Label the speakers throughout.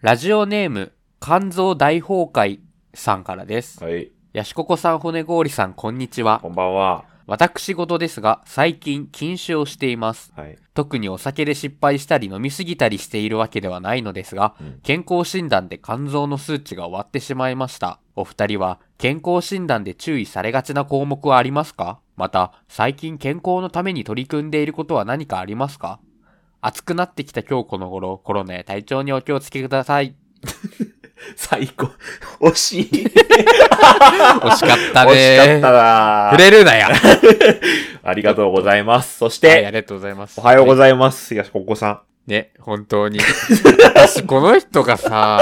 Speaker 1: ラジオネーム、肝臓大崩壊さんからです。
Speaker 2: はい。
Speaker 1: ヤシココさん、骨氷さん、こんにちは
Speaker 2: こ。んばんは。
Speaker 1: 私事ですが、最近禁酒をしています。
Speaker 2: はい。
Speaker 1: 特にお酒で失敗したり飲みすぎたりしているわけではないのですが、
Speaker 2: うん
Speaker 1: 健康診断で肝臓の数値が終わってしまいました。お二人は健康診断で注意されがちな項目はありますかまた、最近健康のために取り組んでいることは何かありますか暑くなってきた今日この頃、コロナや体調にお気をつけください。
Speaker 2: 最高。 惜しい。
Speaker 1: 惜しかったね
Speaker 2: 惜しかったな
Speaker 1: 触れるなや、
Speaker 2: ありがとうございます。そし
Speaker 1: はい、あ
Speaker 2: て、
Speaker 1: りがとうございます。
Speaker 2: おはようご
Speaker 1: い
Speaker 2: ざいます。東ここさん。
Speaker 1: ます。ね、本当に。私、この人がさ、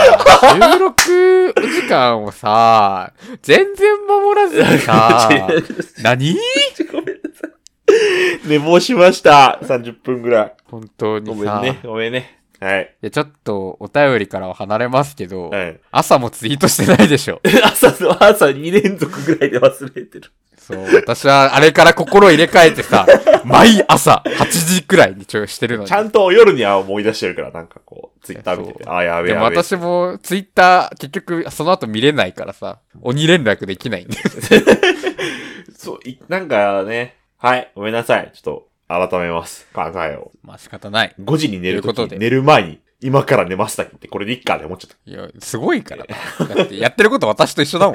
Speaker 1: 収録時間をさ、全然守らずに さ、何
Speaker 2: ごめんなさい。 寝坊しました。30分ぐらい。
Speaker 1: 本当に
Speaker 2: ご
Speaker 1: さ
Speaker 2: めんね。ごめんね。はい。
Speaker 1: いやちょっとお便りからは離れますけど、
Speaker 2: はい。
Speaker 1: 朝もツイートしてないでしょ。
Speaker 2: 朝、朝2連続ぐらいで忘れてる。
Speaker 1: そう、私はあれから心入れ替えてさ、毎朝8時くらいにちょしてるのに
Speaker 2: ち。ゃんと夜には思い出してるから、なんかこう、ツイッター見てて、
Speaker 1: そ
Speaker 2: あ、やべ
Speaker 1: で
Speaker 2: や
Speaker 1: も
Speaker 2: べ。
Speaker 1: 私もツイッター結局その後見れないからさ、鬼連絡できないんで。
Speaker 2: そう、いなんかね、はい、ごめんなさい。ちょっと、改めます。考えを。
Speaker 1: まあ仕方ない。
Speaker 2: 5時に寝る
Speaker 1: ということと
Speaker 2: き、
Speaker 1: で
Speaker 2: 寝る前に、今から寝ましたって、これでいっかって思っちゃった。
Speaker 1: いや、すごいからな。だってやってること私と一緒 だもん。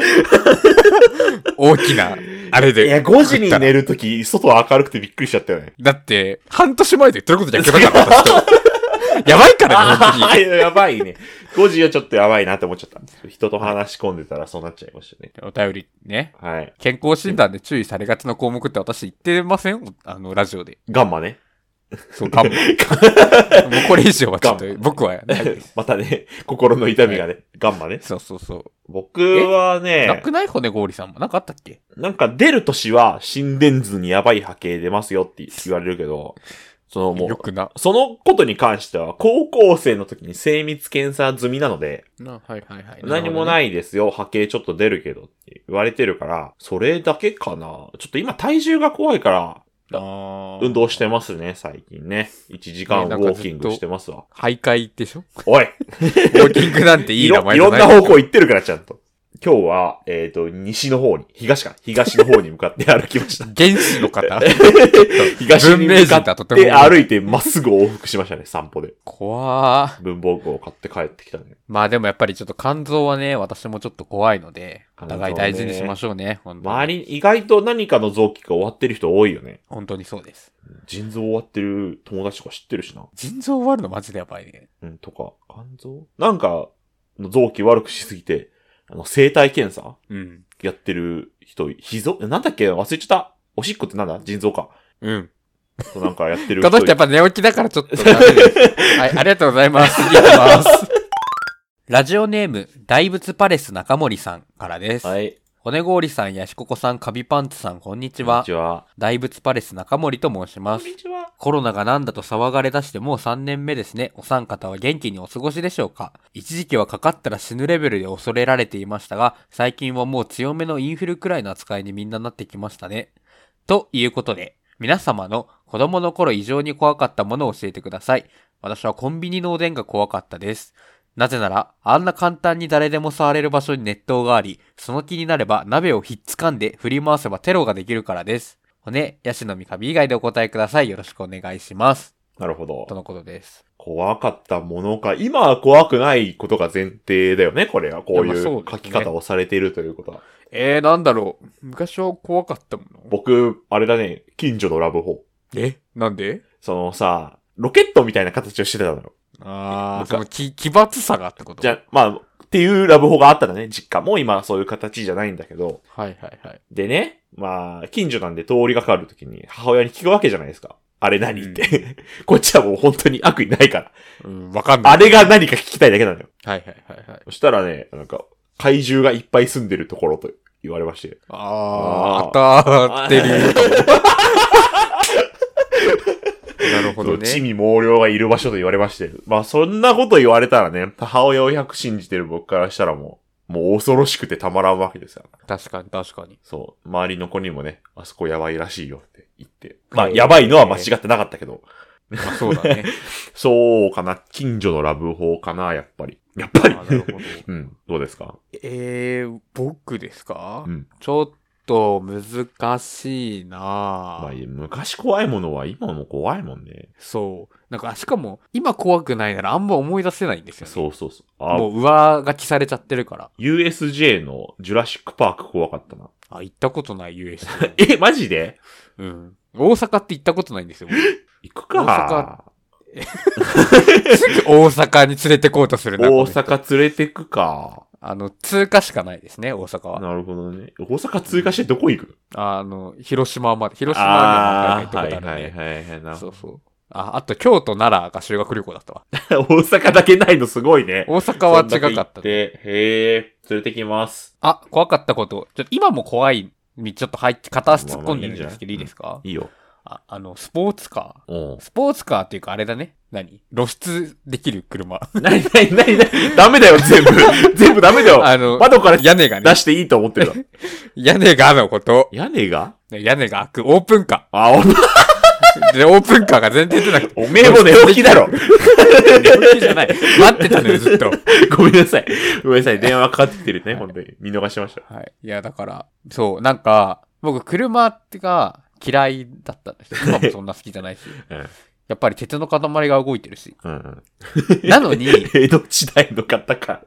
Speaker 1: 大きな、あれ
Speaker 2: いや、
Speaker 1: で。
Speaker 2: 5時に寝るとき、外は明るくてびっくりしちゃったよね。
Speaker 1: だって、半年前と言ってることじゃ逆だから、私 と。やばいからね、本当に。
Speaker 2: あーやばいね。5時はちょっとやばいなって思っちゃった。人と話し込んでたらそうなっちゃいましたね。
Speaker 1: お便りね。
Speaker 2: はい。
Speaker 1: 健康診断で注意されがちな項目って私言ってませんあの、ラジオで。
Speaker 2: ガンマね。
Speaker 1: そう、 ガンマもうこれ以上はちょっと
Speaker 2: ガンマ
Speaker 1: 僕はないです。
Speaker 2: またね、心の痛みがね、ガンマね。
Speaker 1: そうそうそう。
Speaker 2: 僕
Speaker 1: な
Speaker 2: はね
Speaker 1: く、ない骨氷さんも。なんかあったっけ
Speaker 2: なんか出る年は心電図にやばい波形出ますよって言われるけど、そのも
Speaker 1: よ
Speaker 2: う、
Speaker 1: くな。
Speaker 2: そのことに関しては高校生の時に精密検査済みなので、
Speaker 1: なはいはいはい
Speaker 2: 何も
Speaker 1: い。
Speaker 2: ないですよ、波形ちょっと出るけどって言われてるから、それだけかな。ちょっと今体重が怖いから、
Speaker 1: あー
Speaker 2: 運動してますね、最近ね。1時間ウ
Speaker 1: ねなんか
Speaker 2: ォ
Speaker 1: ずっと
Speaker 2: ーキングしてますわ。
Speaker 1: 徘徊でしょ
Speaker 2: おい
Speaker 1: ウォーキングなんてい
Speaker 2: い
Speaker 1: い名
Speaker 2: ろ
Speaker 1: 前
Speaker 2: い
Speaker 1: じゃ
Speaker 2: ろん
Speaker 1: ない
Speaker 2: な方向行ってるから、ちゃんと。今日は、えっ、と、西の方に、東か、東の方に向かって歩き ました。
Speaker 1: 原始の 方
Speaker 2: 東
Speaker 1: 文
Speaker 2: に向か
Speaker 1: 明人だ
Speaker 2: っ
Speaker 1: とても
Speaker 2: て歩いてまっすぐ往復しましたね、散歩で。
Speaker 1: 怖ー。
Speaker 2: 文房具を買って帰ってきたね。
Speaker 1: まあでもやっぱりちょっと肝臓はね、私もちょっと怖いので、お
Speaker 2: 肝臓ね
Speaker 1: 互い大事にしましょうね。本当
Speaker 2: 周
Speaker 1: に
Speaker 2: り、意外と何かの臓器が終わってる人多いよね。
Speaker 1: 本当にそうです。
Speaker 2: 腎臓終わってる友達とか知ってるしな。
Speaker 1: 腎臓終わるのマジでやばいね。
Speaker 2: うん、とか、肝臓なんか、の臓器悪くしすぎて、あの、生体検査
Speaker 1: うん。
Speaker 2: やってる人、脾臓なんだっけ忘れちゃった。おしっこってなんだ腎臓か。
Speaker 1: うん。
Speaker 2: そうなんかやってる
Speaker 1: この人やっぱ寝起きだからちょっとダメです。 はい、ありがとうございます。次行きます。ラジオネーム、大仏パレス中森さんからです。
Speaker 2: はい。
Speaker 1: 骨氷さん、やしここさん、カビパンツさん、こんにち
Speaker 2: こんに
Speaker 1: は
Speaker 2: ち。は。
Speaker 1: 大仏パレス中森と申します。
Speaker 2: ちは。
Speaker 1: コロナがなんだと騒がれ出してもう3年目ですね。お三方は元気にお過ごしでしょうか一時期はかかったら死ぬレベルで恐れられていましたが、最近はもう強めのインフルくらいの扱いにみんななってきましたね。ということで、皆様の子供の頃異常に怖かったものを教えてください。私はコンビニのおでんが怖かったです。なぜなら、あんな簡単に誰でも触れる場所に熱湯があり、その気になれば鍋をひっつかんで振り回せばテロができるからです。骨、ヤシの実カビ以外でお答えください。よろしくお願いします。
Speaker 2: なるほ
Speaker 1: と
Speaker 2: ど。
Speaker 1: のことです。
Speaker 2: 怖かったものか。今は怖くないことが前提だよね、これは。こう
Speaker 1: いや
Speaker 2: い
Speaker 1: まあ
Speaker 2: う
Speaker 1: そう
Speaker 2: 書
Speaker 1: ですね
Speaker 2: き方をされているということは。
Speaker 1: えー、なんだろう。昔は怖かったもの
Speaker 2: 僕、あれだね、近所のラブホ。
Speaker 1: えなんで
Speaker 2: そのさ、ロケットみたいな形をしてたのよ。
Speaker 1: あ
Speaker 2: な
Speaker 1: あ、
Speaker 2: んか
Speaker 1: その奇、奇抜さがってこと
Speaker 2: じゃ、まあ、っていうラブホがあったらね、実家も今そういう形じゃないんだけど。
Speaker 1: はいはいはい。
Speaker 2: でね、まあ、近所なんで通りがかるときに母親に聞くわけじゃないですか。あれ何って。 こっちはもう本当に悪意ないから。
Speaker 1: うん、わかんない。
Speaker 2: あれが何か聞きたいだけなのよ。
Speaker 1: はいはいはいはい。
Speaker 2: そしたらね、なんか、怪獣がいっぱい住んでるところと言われまして。
Speaker 1: あ
Speaker 2: あ
Speaker 1: あ、当たってる。 なるほ
Speaker 2: そ
Speaker 1: ど
Speaker 2: う、地
Speaker 1: ね。
Speaker 2: 味毛量がいる場所と言われまして。まあ、そんなこと言われたらね、母親を100信じてる僕からしたらもう、もう恐ろしくてたまらんわけですよ。
Speaker 1: 確かに確かに。
Speaker 2: そう、周りの子にもね、あそこやばいらしいよって言って。まあ、
Speaker 1: えー
Speaker 2: やばいのは間違ってなかったけど。
Speaker 1: まあそうだね。
Speaker 2: そうかな、近所のラブホかな、やっぱり。やっぱり
Speaker 1: あ。なるほど。
Speaker 2: うん。どうですか
Speaker 1: えー、僕ですか、
Speaker 2: うん
Speaker 1: ちょっと難しいなぁ
Speaker 2: まあ、昔怖いものは今も怖いもんね。
Speaker 1: そう。なんか、しかも、今怖くないならあんま思い出せないんですよね。
Speaker 2: そうそうそう。あ
Speaker 1: もう上書きされちゃってるから。
Speaker 2: USJ のジュラシックパーク怖かったな。
Speaker 1: あ、行ったことない USJ。
Speaker 2: え、マジで
Speaker 1: うん。大阪って行ったことないんですよ。僕
Speaker 2: 行くか。
Speaker 1: すぐ大阪に連れてこうとする
Speaker 2: 大
Speaker 1: な。この人
Speaker 2: 阪連れてくか。
Speaker 1: あの、通過しかないですね、大阪は。
Speaker 2: なるほどね。大阪通過してどこ行く
Speaker 1: あの、広島まで。広島に
Speaker 2: あ
Speaker 1: も何
Speaker 2: あ、は
Speaker 1: 回
Speaker 2: い
Speaker 1: か行ったことあ
Speaker 2: は
Speaker 1: るん
Speaker 2: い
Speaker 1: で。
Speaker 2: はいはい。なるほ
Speaker 1: そ
Speaker 2: ど
Speaker 1: うそう。あ、あと京都、奈良が修学旅行だったわ。
Speaker 2: 大阪だけないのすごいね。
Speaker 1: 大阪は違
Speaker 2: そん
Speaker 1: か
Speaker 2: だ
Speaker 1: っ
Speaker 2: け行
Speaker 1: た。
Speaker 2: てへえ、連れてきます。
Speaker 1: あ、怖かったこと。ちょっと今も怖いにちょっと入って、片足突っ込んでるんですけど、
Speaker 2: まあまあいいんじゃな
Speaker 1: い
Speaker 2: い
Speaker 1: いですか
Speaker 2: いいよ。
Speaker 1: ああの、スポーツカ
Speaker 2: うん
Speaker 1: ー。。スポーツカーっていうかあれだね。何露出できる車。
Speaker 2: なになになになにダメだよ、全部。全部ダメだよ。
Speaker 1: あの、
Speaker 2: 窓から
Speaker 1: 屋根がね
Speaker 2: 出。していいと思ってるわ。
Speaker 1: 屋根がのこと。
Speaker 2: 屋根が
Speaker 1: 屋根が開く。オープンカ
Speaker 2: あ、お
Speaker 1: ー。 で、オープンカーが全然出なくて。
Speaker 2: おめえも寝起きだろ。
Speaker 1: 寝起きじゃない。待ってたのよ、ずっと。
Speaker 2: ごめんなさい。ごめんなさ い。電話かかってきてるね、本当に。見逃しました。
Speaker 1: はい。いや、だから、そう、なんか、僕、車ってが嫌いだったんですよ。今もそんな好きじゃない し。
Speaker 2: うん
Speaker 1: やっぱり鉄の塊が動いてるし。
Speaker 2: うんうん。
Speaker 1: なのに、
Speaker 2: 江戸時代の方か。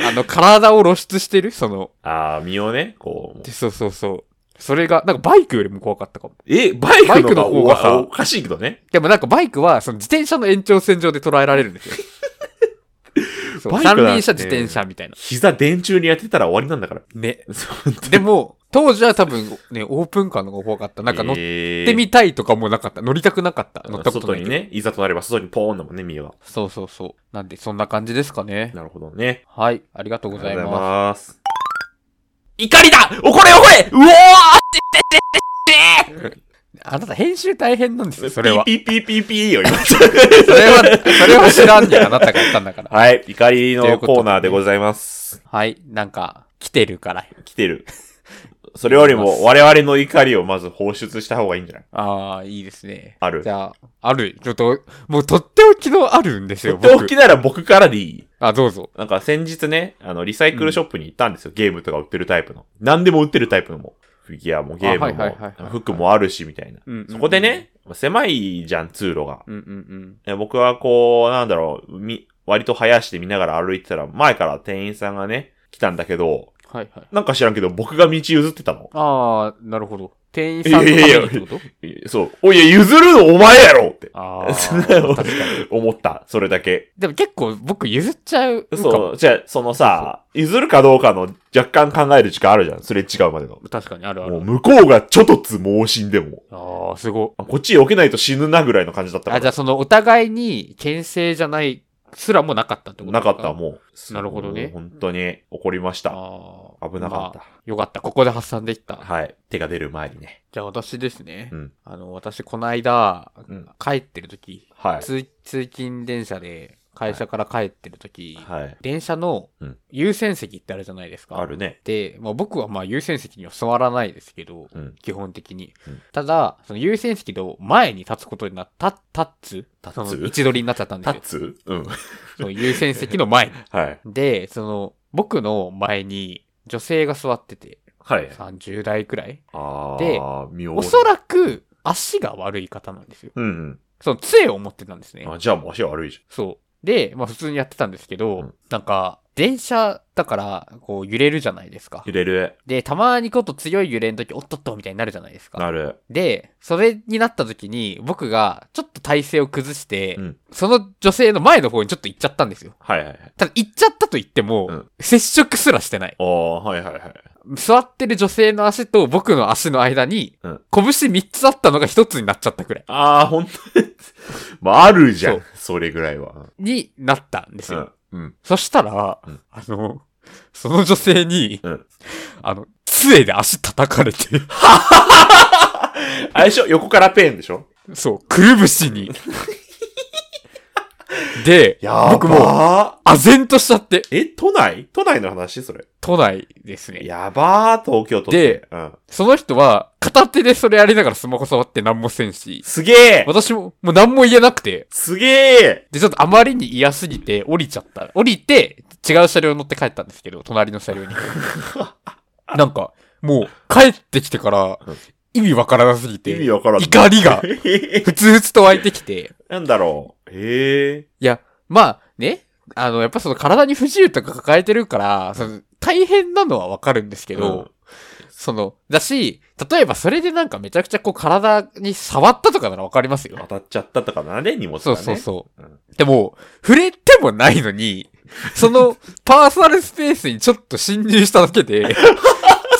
Speaker 1: あの、体を露出してるその、
Speaker 2: あー、身をね、こう
Speaker 1: で。そうそうそう。それが、なんかバイクよりも怖かったかも。
Speaker 2: え、バイ
Speaker 1: バイ
Speaker 2: ク
Speaker 1: ク
Speaker 2: の
Speaker 1: の
Speaker 2: 方
Speaker 1: 方
Speaker 2: が
Speaker 1: が
Speaker 2: さ
Speaker 1: さ
Speaker 2: おかしいけどね。
Speaker 1: でもなんかバイクは、その自転車の延長線上で捉えられるんです よ。そう
Speaker 2: バイクだっ
Speaker 1: 三
Speaker 2: て
Speaker 1: 輪車自転車みたいな。
Speaker 2: 膝電柱に当てたら終わりなんだから。
Speaker 1: ね。
Speaker 2: そう
Speaker 1: でも、当時は多分ね、オープンカーの方が怖かった。なんか乗っ
Speaker 2: えー
Speaker 1: てみたいとかもなかった。乗りたくなかった。乗ったこと
Speaker 2: 外
Speaker 1: ないけ
Speaker 2: に
Speaker 1: ど。
Speaker 2: ね、いざとなれば外にポーンだもんね、身は。
Speaker 1: そうそうそう。なんで、そんな感じですかね。
Speaker 2: なるほどね。
Speaker 1: はい。ありがとうご
Speaker 2: ありが
Speaker 1: ざ
Speaker 2: と
Speaker 1: いう
Speaker 2: ござ
Speaker 1: ま
Speaker 2: います。怒りだ怒れ怒れうおー
Speaker 1: す。あなた、編集大変なんですよ、それは。
Speaker 2: ピーピーピーピーピー よ、今。
Speaker 1: それは、それは知らんねんあなたが言ったんだから。
Speaker 2: はい、怒り
Speaker 1: とい
Speaker 2: の
Speaker 1: うことで
Speaker 2: コーナーでございます。
Speaker 1: はい。なんか、来てるから。
Speaker 2: 来てる。それよりも、我々の怒りをまず放出した方がいいんじゃない
Speaker 1: ああ、いいですね。
Speaker 2: あ る
Speaker 1: じゃあ、ある。ちょっと、もう、とっておきのあるんです
Speaker 2: と
Speaker 1: よ、
Speaker 2: ってお
Speaker 1: 僕
Speaker 2: き。なら僕からでいい
Speaker 1: あ、どうぞ。
Speaker 2: なんか先日ね、あの、リサイクルショップに行ったんですよ。ゲームとか売ってるタイプの。何でも売ってるタイプのも。フィギュアもゲームも、
Speaker 1: あはいはいはいはい
Speaker 2: 服もあるし、みたいな。
Speaker 1: うんうんうん
Speaker 2: そこでね、狭いじゃん、通路が。
Speaker 1: うんうん
Speaker 2: で僕はこう、なんだろう、み、割と生やして見ながら歩いてたら、前から店員さんがね、来たんだけど、
Speaker 1: うん。はいはい。
Speaker 2: なんか知らんけど、僕が道譲ってたの。
Speaker 1: ああ、なるほど。店員さんのためにってこと
Speaker 2: えそう。おいや、譲るのお前やろって。
Speaker 1: ああ、
Speaker 2: そんなの
Speaker 1: 確かに。
Speaker 2: 思った。それだけ。
Speaker 1: でも結構僕譲っちゃうかも。
Speaker 2: そう。じゃあ、そのさ、譲るかどうかの若干考える時間あるじゃん。すれ違うまでの。
Speaker 1: 確かにあるあ
Speaker 2: もう
Speaker 1: る。
Speaker 2: 向こうがちょとつ盲信でも、
Speaker 1: ああ、すごい。
Speaker 2: あこっち避けないと死ぬなぐらいの感じだったか
Speaker 1: あ、じゃ
Speaker 2: ら。
Speaker 1: あそのお互いに牽制じゃないすらもなかったってこと
Speaker 2: なかった、
Speaker 1: ん。
Speaker 2: もう。
Speaker 1: なるほどね
Speaker 2: もう本当に怒りました。
Speaker 1: あー
Speaker 2: 危なかった
Speaker 1: まあよかった。ここで発散できた。
Speaker 2: はい。手が出る前にね。
Speaker 1: じゃあ私ですね。
Speaker 2: うん
Speaker 1: あの、私この間、
Speaker 2: うん
Speaker 1: 帰ってる時、
Speaker 2: はい。
Speaker 1: 通通勤電車で会社から帰ってる時、
Speaker 2: はい。
Speaker 1: 電車の
Speaker 2: うん
Speaker 1: 優先席ってあるじゃないですか。
Speaker 2: あるね。
Speaker 1: で、まあ、僕はまあ優先席には座らないですけど、
Speaker 2: うん。
Speaker 1: 基本的に。
Speaker 2: うん
Speaker 1: ただ、その優先席の前に立つことになった、立つ
Speaker 2: 立つ
Speaker 1: その位置取りになっちゃったんです
Speaker 2: 立
Speaker 1: よ。
Speaker 2: つうん。
Speaker 1: その優先席の前に。
Speaker 2: はい。
Speaker 1: で、その、僕の前に女性が座ってて、
Speaker 2: はい。
Speaker 1: 30代くらい。
Speaker 2: あ
Speaker 1: で
Speaker 2: ー、妙
Speaker 1: おそらく、足が悪い方なんですよ。
Speaker 2: うん
Speaker 1: その、杖を持ってたんですね
Speaker 2: うん。。あ、じゃあもう足悪いじ
Speaker 1: そう。で、まあ普通にやってたんですけど、
Speaker 2: うん
Speaker 1: なんか、電車だから、こう揺れるじゃないですか
Speaker 2: ゃん。。揺れる。
Speaker 1: で、たまにこと強い揺れの時、おっとっとみたいになるじゃないですか。
Speaker 2: なる。
Speaker 1: で、それになった時に、僕がちょっと体勢を崩して、
Speaker 2: うん
Speaker 1: その女性の前の方にちょっと行っちゃったんですよ。
Speaker 2: はいはいはい。
Speaker 1: ただ行っちゃったと言っても、
Speaker 2: うん
Speaker 1: 接触すらしてない。
Speaker 2: あー、はいはいはい。
Speaker 1: 座ってる女性の足と僕の足の間に、
Speaker 2: うん
Speaker 1: 拳3つあったのが1つになっちゃったくらい
Speaker 2: あー、ほんとに。まあ、あるじゃん。
Speaker 1: そ
Speaker 2: それぐらいは。
Speaker 1: になったんです
Speaker 2: う
Speaker 1: よ。
Speaker 2: ん。うん。
Speaker 1: そしたら、
Speaker 2: うん
Speaker 1: あの、その女性に、
Speaker 2: うん
Speaker 1: あの、杖で足叩かれて、
Speaker 2: あれでしょ横からペンでしょ
Speaker 1: そう、くるぶしに、で、
Speaker 2: やばー
Speaker 1: 僕もう、唖然としちゃって、
Speaker 2: え、都内都内の話それ。
Speaker 1: 都内ですね。
Speaker 2: やばー、東京都って。
Speaker 1: で
Speaker 2: うん。
Speaker 1: その人は、片手でそれやりながらスマホ触って何もせんし、
Speaker 2: すげー
Speaker 1: 私も、もう何も言えなくて、
Speaker 2: すげ
Speaker 1: で、ちょっとあまりに嫌すぎて降りちゃった。降りて、違う車両乗って帰ったんですけど、隣の車 両に。なんか、もう、帰ってきてから
Speaker 2: うん、
Speaker 1: 意味わからなすぎ
Speaker 2: ー意味
Speaker 1: て、
Speaker 2: わからん。
Speaker 1: 怒りが、
Speaker 2: り
Speaker 1: ふつふつと湧いてきて、
Speaker 2: なんだろう。へ
Speaker 1: いや、まあ、ね、あの、やっぱその体に不自由とか抱えてるから、その、大変なのはわかるんですけ
Speaker 2: ー
Speaker 1: ど、
Speaker 2: うん
Speaker 1: その、だし、例えばそれでなんかめちゃくちゃこう体に触ったとかならわかりますよ
Speaker 2: 当。たっちゃったとかなね、荷物が
Speaker 1: そう
Speaker 2: ね。。
Speaker 1: そうそううんでも、触れてもないのに、そのパーソナルスペースにちょっと侵入しただけ で、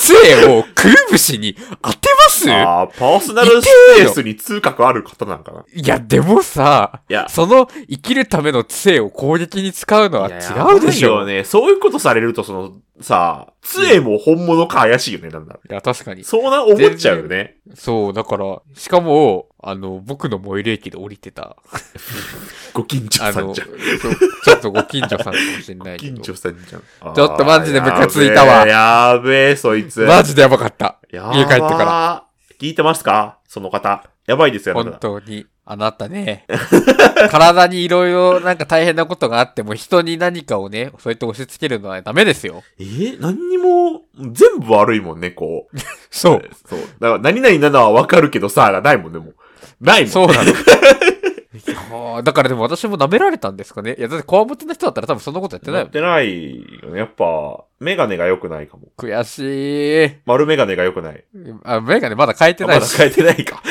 Speaker 1: 杖をくるぶしに当てますい
Speaker 2: あーパーソナルスペースに通覚ある方なんかな。
Speaker 1: や、でもさ、
Speaker 2: いや、
Speaker 1: その生きるための杖を攻撃に使うのはい
Speaker 2: や
Speaker 1: 違うでし
Speaker 2: やば
Speaker 1: ょ。
Speaker 2: いよね。そういうことされると、その、さ、杖も本物か怪しいよね、なんだろ
Speaker 1: いや、確かに
Speaker 2: う。。そうな、思っちゃうよね。
Speaker 1: そう、だから、しかも、あの、僕の最寄り駅で降りて た、
Speaker 2: ご近所
Speaker 1: あ
Speaker 2: さ
Speaker 1: の、
Speaker 2: んじ
Speaker 1: そ
Speaker 2: ゃ。
Speaker 1: うんちょっとご近所さんかもしれないけ
Speaker 2: 近
Speaker 1: ど、
Speaker 2: 所さんじゃん。
Speaker 1: ちょっとマジでムカついたわ
Speaker 2: あーやべえ、やべえそい つ。
Speaker 1: マジでやばかった。
Speaker 2: やば。
Speaker 1: 家帰ってから
Speaker 2: 聞いてますかその方。やばいですよ、あな
Speaker 1: 本
Speaker 2: た
Speaker 1: 当に。あなたね。 体にいろいろなんか大変なことがあっても人に何かをね、そうやって押し付けるのはダメですよ。
Speaker 2: えー何にも、全部悪いもんね、こう。
Speaker 1: そ。
Speaker 2: そう。だから、何々なのはわかるけどさ、がないもんね、もう。ないもん。
Speaker 1: そう なの。いやーだからでも私も舐められたんですかね。いや、だってこわもての人だったら多分そんなことやってない
Speaker 2: や
Speaker 1: よ
Speaker 2: っ。てないよね。やっぱ、メガネが良くないかも。
Speaker 1: 悔し
Speaker 2: 丸メガネが良くない。
Speaker 1: い。あ、メガネまだ変えて
Speaker 2: あ
Speaker 1: な
Speaker 2: ま
Speaker 1: い
Speaker 2: だ
Speaker 1: し。
Speaker 2: 変えてないか。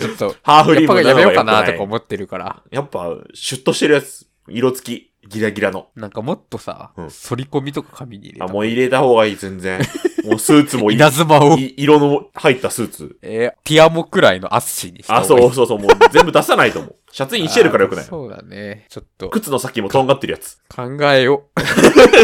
Speaker 1: ちょっと。
Speaker 2: ハー フ
Speaker 1: やっ
Speaker 2: リム
Speaker 1: ぱやめようかな
Speaker 2: の
Speaker 1: と
Speaker 2: が良く
Speaker 1: か思ってるから。
Speaker 2: やっぱ、シュッとしてるやつ。色付き。ギラギラの。
Speaker 1: なんかもっとさ、
Speaker 2: うん
Speaker 1: 反り込みとか髪に入れた。
Speaker 2: あ、もう入れた方がいい、全 然。もうスーツもいい。
Speaker 1: 稲妻を、
Speaker 2: い色の入ったスーツ。
Speaker 1: えー、ティアモくらいのアッシーにした
Speaker 2: あ、
Speaker 1: 方がいい
Speaker 2: そうそうそう、もう全部出さないと思う。シャツインしてるからよくな
Speaker 1: あ
Speaker 2: い
Speaker 1: ー。そうだね。ちょっと。
Speaker 2: 靴の先もとんがってるやつ。
Speaker 1: 考えよ う。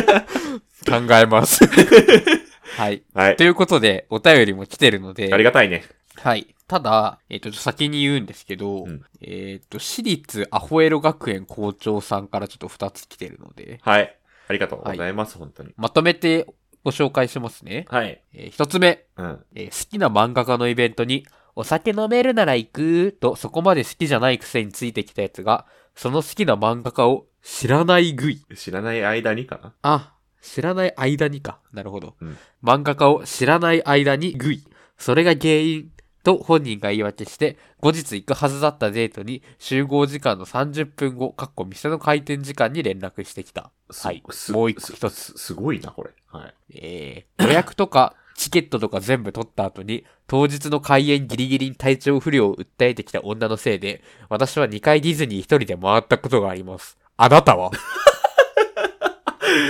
Speaker 1: 考えます。はい。
Speaker 2: はい
Speaker 1: と。いうことで、お便りも来てるので、
Speaker 2: ありがたいね。
Speaker 1: はい。ただ、えっ、と、先に言うんですけど、
Speaker 2: うん
Speaker 1: えっ、と、私立アホエロ学園校長さんからちょっと2つ来てるので、
Speaker 2: はい。ありがとうございます、本当に。
Speaker 1: まとめてご紹介しますね。
Speaker 2: はい。
Speaker 1: え1つ目、
Speaker 2: うん。
Speaker 1: えー好きな漫画家のイベントに、お酒飲めるなら行くと、そこまで好きじゃないくせについてきたやつが、その好きな漫画家を知らないぐい。
Speaker 2: 知らない間にかな。
Speaker 1: あ、知らない間にか。なるほど。
Speaker 2: うん
Speaker 1: 漫画家を知らない間にグイ。それが原因。と本人が言い訳して、後日行くはずだったデートに集合時間の30分後、かっこ店の開店時間に連絡してきた。
Speaker 2: す
Speaker 1: はい。
Speaker 2: す
Speaker 1: もう一個
Speaker 2: す
Speaker 1: 一つ。
Speaker 2: すすごいな、これ。はい。
Speaker 1: えー、予約とかチケットとか全部取った後に、当日の開演ギリギリに体調不良を訴えてきた女のせいで、私は2回ディズニー一人で回ったことがあります。あな たはこ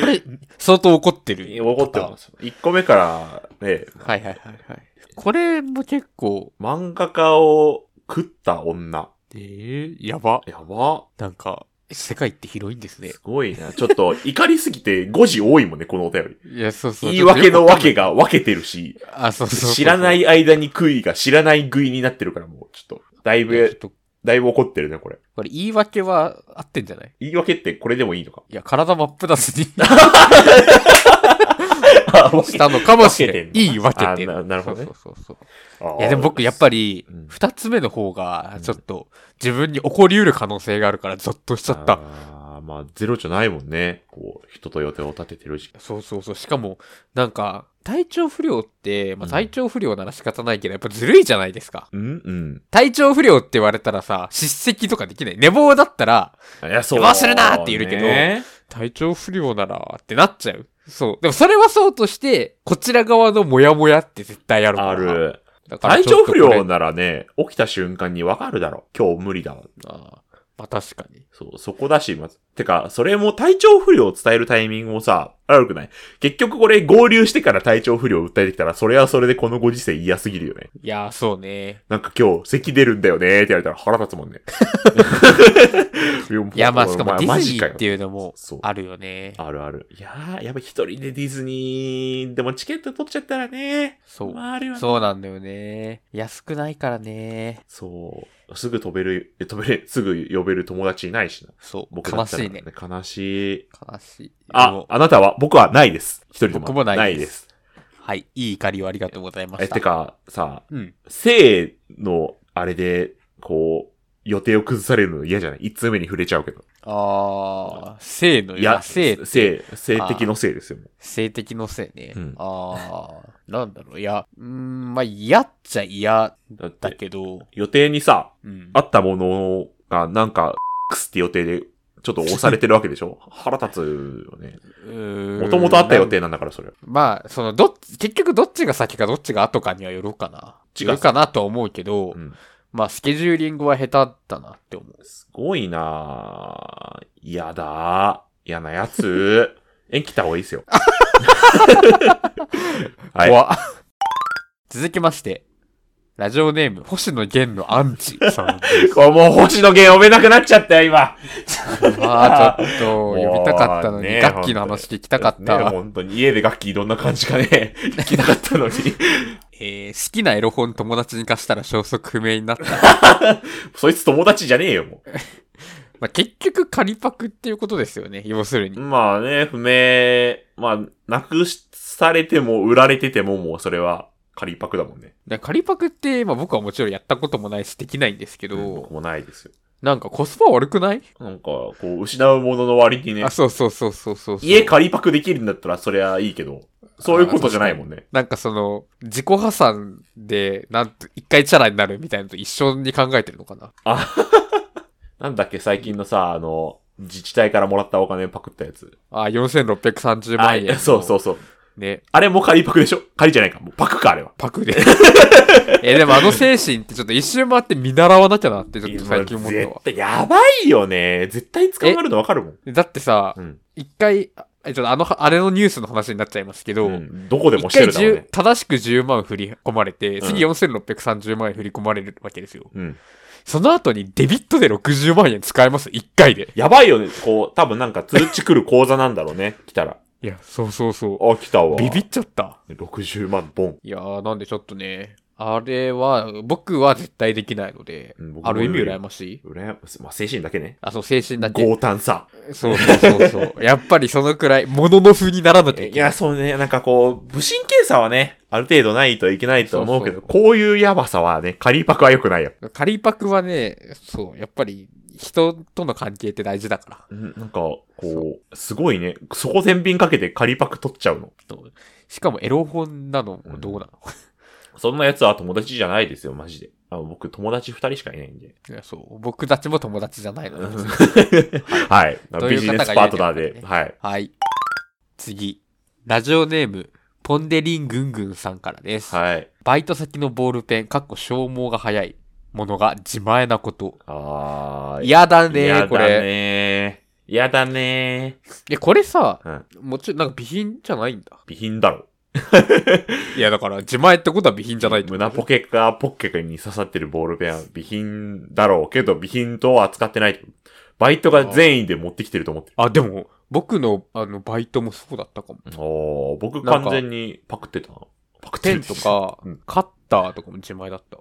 Speaker 1: れ、相当怒ってる。
Speaker 2: 怒ってます。1個目から、ね、
Speaker 1: はいはいはいはい。これも結構、
Speaker 2: 漫画家を食った女。
Speaker 1: えー、やば。
Speaker 2: やば。
Speaker 1: なんか、世界って広いんですね
Speaker 2: す。ごいな。ちょっと、怒りすぎて5時多いもんね、この お便り。
Speaker 1: いや、そうそう。
Speaker 2: 言い訳のわけ
Speaker 1: が。
Speaker 2: が分けてるし、
Speaker 1: あ、そうそうそう。
Speaker 2: 知らないい間に食いが知らない食いになってるからもう、ちょっと、だい
Speaker 1: いやちょっ
Speaker 2: ぶ、
Speaker 1: と
Speaker 2: だいぶ怒ってるね、これ。
Speaker 1: これ言い訳は合ってんじゃない
Speaker 2: 言い訳ってこれでもいいのか
Speaker 1: いや、体真っ二つに
Speaker 2: あ分
Speaker 1: し
Speaker 2: け
Speaker 1: たのかもしれん。
Speaker 2: 分けてんの
Speaker 1: いい分けて
Speaker 2: あななるほどね
Speaker 1: そうそうそうそう。
Speaker 2: あ
Speaker 1: いや、でも僕やっぱり
Speaker 2: うん、
Speaker 1: 二つ目の方が、ちょっと、自分に起こり得る可能性があるから、ゾッとしちゃった。
Speaker 2: あーまあ、ゼロじゃないもんね。こう、人と予定を立ててるし。
Speaker 1: そうそうそう。しかも、なんか、体調不良って、まあ、
Speaker 2: うん
Speaker 1: 体調不良なら仕方ないけど、やっぱずるいじゃないですか。
Speaker 2: うんうん。
Speaker 1: 体調不良って言われたらさ、叱責とかできない。寝坊だったら、
Speaker 2: いや、そう。
Speaker 1: 邪魔するなって言えるけど
Speaker 2: ね
Speaker 1: 体調不良ならってなっちゃう。そう。でもそれはそうとして、こちら側のモヤモヤって絶対あるから。
Speaker 2: あ。る。
Speaker 1: だから
Speaker 2: 体
Speaker 1: ちょ
Speaker 2: 調
Speaker 1: っとこ
Speaker 2: 不
Speaker 1: れ
Speaker 2: 良ならね、起きた瞬間にわかるだろ。今日無理だわ。
Speaker 1: あーまあ確かに。
Speaker 2: そう、そこだし、まず。てか、それも体調不良を伝えるタイミングもさ、悪くない。結局これ合流してから体調不良を訴えてきたら、それはそれでこのご時世嫌すぎるよね。
Speaker 1: いやー、そうね。
Speaker 2: なんか今日、咳出るんだよねって言われたら腹立つもんね。
Speaker 1: いや、まあしかも
Speaker 2: お
Speaker 1: ディ
Speaker 2: 前マ
Speaker 1: ズニ
Speaker 2: ジか
Speaker 1: ーっ
Speaker 2: よ
Speaker 1: ていうのも
Speaker 2: そう
Speaker 1: あるよね。
Speaker 2: あるある。いやー、やっぱ一人でディズニー、でもチケット取っちゃったらね。
Speaker 1: そう
Speaker 2: まあ、あるよね。
Speaker 1: そうなんだよね。安くないからね。
Speaker 2: そう。すぐ飛べる、え飛べる、すぐ呼べる友達いないしな。
Speaker 1: そう。
Speaker 2: 僕だ
Speaker 1: 悲
Speaker 2: ったら
Speaker 1: しいね。。
Speaker 2: 悲しい。
Speaker 1: 悲しい。
Speaker 2: あ
Speaker 1: も、
Speaker 2: あなたは、僕はないです。一人でも。
Speaker 1: 僕もないです
Speaker 2: です。
Speaker 1: はい。いい怒りをありがとうございました。
Speaker 2: え、てか、さ、
Speaker 1: うん。
Speaker 2: 性の、あれで、こう、予定を崩されるの嫌じゃない一通目に触れちゃうけど。
Speaker 1: ああ、性の、
Speaker 2: い
Speaker 1: いや、性、
Speaker 2: 性、性的の性ですよ。
Speaker 1: 性的の性ね。
Speaker 2: うん
Speaker 1: ああ、なんだろう、いや、うーん、まあ、嫌っちゃ嫌
Speaker 2: だっ
Speaker 1: だ
Speaker 2: て、
Speaker 1: けど、
Speaker 2: 予定にさ、
Speaker 1: うん。
Speaker 2: あったものが、なんか、X って予定で、ちょっと押されてるわけでしょ腹立つよね。も
Speaker 1: も
Speaker 2: ともとあった予。定なんだから、それは。
Speaker 1: まあ、その、どっち、結局どっちが先かどっちが後かにはよるかな。
Speaker 2: 違う
Speaker 1: よるかなとは思うけど、
Speaker 2: うん
Speaker 1: まあ、スケジューリングは下手だなって思う。
Speaker 2: すごいなぁ。嫌だぁ。嫌な やつ。縁切った方がいいですよ。はい。
Speaker 1: 怖っ続きまして、ラジオネーム、星野源のアン チさん。
Speaker 2: こうもう星野源読めなくなっちゃったよ、今。
Speaker 1: まあ、ちょっと、呼びたかったの
Speaker 2: もうね
Speaker 1: に、楽器の話聞きたかった。
Speaker 2: ね、本当に。家で楽器どんな感じかね、 聞きたかったのに。
Speaker 1: えー好きなエロ本友達に貸したら消息不明に なった。
Speaker 2: そいつ友達じゃねえよ、も
Speaker 1: まあ、結局仮パクっていうことですよね。要する
Speaker 2: う。
Speaker 1: に。
Speaker 2: まあね、不明、まあ、なくされても、売られてても、もうそれは仮パクだもんね。
Speaker 1: で仮パクって、まあ僕はもちろんやったこともないし、できないんですけど、
Speaker 2: 僕もないですよ。
Speaker 1: なんかコスパ悪くない、
Speaker 2: なんか、こう、失うものの割にね
Speaker 1: あ、、そうそうそうそうそうそう。
Speaker 2: 家仮パクできるんだったら、そりゃいいけど、そういうことじゃないもんね。
Speaker 1: なんかその、自己破産で、なんと、一回チャラになるみたいなのと一緒に考えてるのかな。
Speaker 2: なんだっけ、最近のさ、あの、自治体からもらったお金パクったやつ。
Speaker 1: あ、4630万円
Speaker 2: あ
Speaker 1: の。
Speaker 2: そうそうそう。
Speaker 1: う。ね、
Speaker 2: あれも仮パクでしょ仮じゃないか。もうパクか、あれは。
Speaker 1: パク で。え、でもあの精神ってちょっと一周回って見習わなきゃなってちょっと最近思ったわ
Speaker 2: 絶。対、やばいよね。絶対捕まるのわかるもん。
Speaker 1: だってさ
Speaker 2: う、ん。
Speaker 1: 一回、あえちょっとあの、あれのニュースの話になっちゃいますけど、
Speaker 2: うんどこでも
Speaker 1: 一
Speaker 2: して
Speaker 1: 回
Speaker 2: るだろう
Speaker 1: 10
Speaker 2: ね。
Speaker 1: 正しく10万振り込まれて、
Speaker 2: うん
Speaker 1: 次4630万円振り込まれるわけですよ。
Speaker 2: うん。
Speaker 1: その後にデビットで60万円使えます一回で。
Speaker 2: やばいよね。こう、多分なんか通知来る口座なんだろうね。来たら。
Speaker 1: いや、そうそうそ
Speaker 2: あ、来た
Speaker 1: う。
Speaker 2: わ。
Speaker 1: ビビっちゃった。
Speaker 2: 60万ボン。
Speaker 1: いやー、なんでちょっとね、あれは、僕は絶対できないので、
Speaker 2: うん僕も
Speaker 1: ある意味
Speaker 2: 無理
Speaker 1: 羨ましい。
Speaker 2: うらやましいまあ、精神だけね。
Speaker 1: あ、そう、精神だけ。
Speaker 2: 強炭さ。
Speaker 1: そうそうそう そう。やっぱりそのくらい、ものの風にならなきゃい
Speaker 2: い
Speaker 1: けな
Speaker 2: や、
Speaker 1: い。
Speaker 2: そうね。なんかこう、無神経さはね、ある程度ないといけないと思うけ
Speaker 1: そ
Speaker 2: ど、
Speaker 1: う
Speaker 2: こういうやばさはね、仮パクは良くないよ。
Speaker 1: 仮パクはね、そう、やっぱり、人との関係って大事だから。
Speaker 2: うんなんか、こう、すごいね。そこ天秤かけて仮パク取っちゃうの。
Speaker 1: そうしかもエロ本なのもどうなの、
Speaker 2: そんな奴は友達じゃないですよ、マジで。あ僕、友達二人しかいないん で。
Speaker 1: いやそう。僕たちも友達じゃないので。
Speaker 2: はい。
Speaker 1: とい
Speaker 2: ビ
Speaker 1: う
Speaker 2: ジ
Speaker 1: 方
Speaker 2: ネ
Speaker 1: が
Speaker 2: スパートナー
Speaker 1: いる
Speaker 2: で
Speaker 1: ん。だ
Speaker 2: はい。
Speaker 1: はい。次。ラジオネーム、ポンデリングングンさんからです。
Speaker 2: はい。
Speaker 1: バイト先のボールペン、かっこ消耗が早いものが自前なこと。
Speaker 2: あー。
Speaker 1: 嫌だね
Speaker 2: や
Speaker 1: これ。
Speaker 2: やだね
Speaker 1: え、これさ、
Speaker 2: うん
Speaker 1: もちろんなんか備品じゃないんだ。
Speaker 2: 備品だろ。
Speaker 1: いや、だから自前ってことは備品じゃないってこ
Speaker 2: 胸
Speaker 1: と
Speaker 2: ポケかポッケかに刺さってるボールペンは備品だろうけど、備品とは扱ってない。バイトが善意で持ってきてると思ってる。
Speaker 1: あ、でも、僕の、あの、バイトもそうだったかも。
Speaker 2: おー、僕
Speaker 1: なんか
Speaker 2: 完全にパクってたな。パクって
Speaker 1: ペ
Speaker 2: る
Speaker 1: ンと。か
Speaker 2: うん、
Speaker 1: カッターとかも自前だった。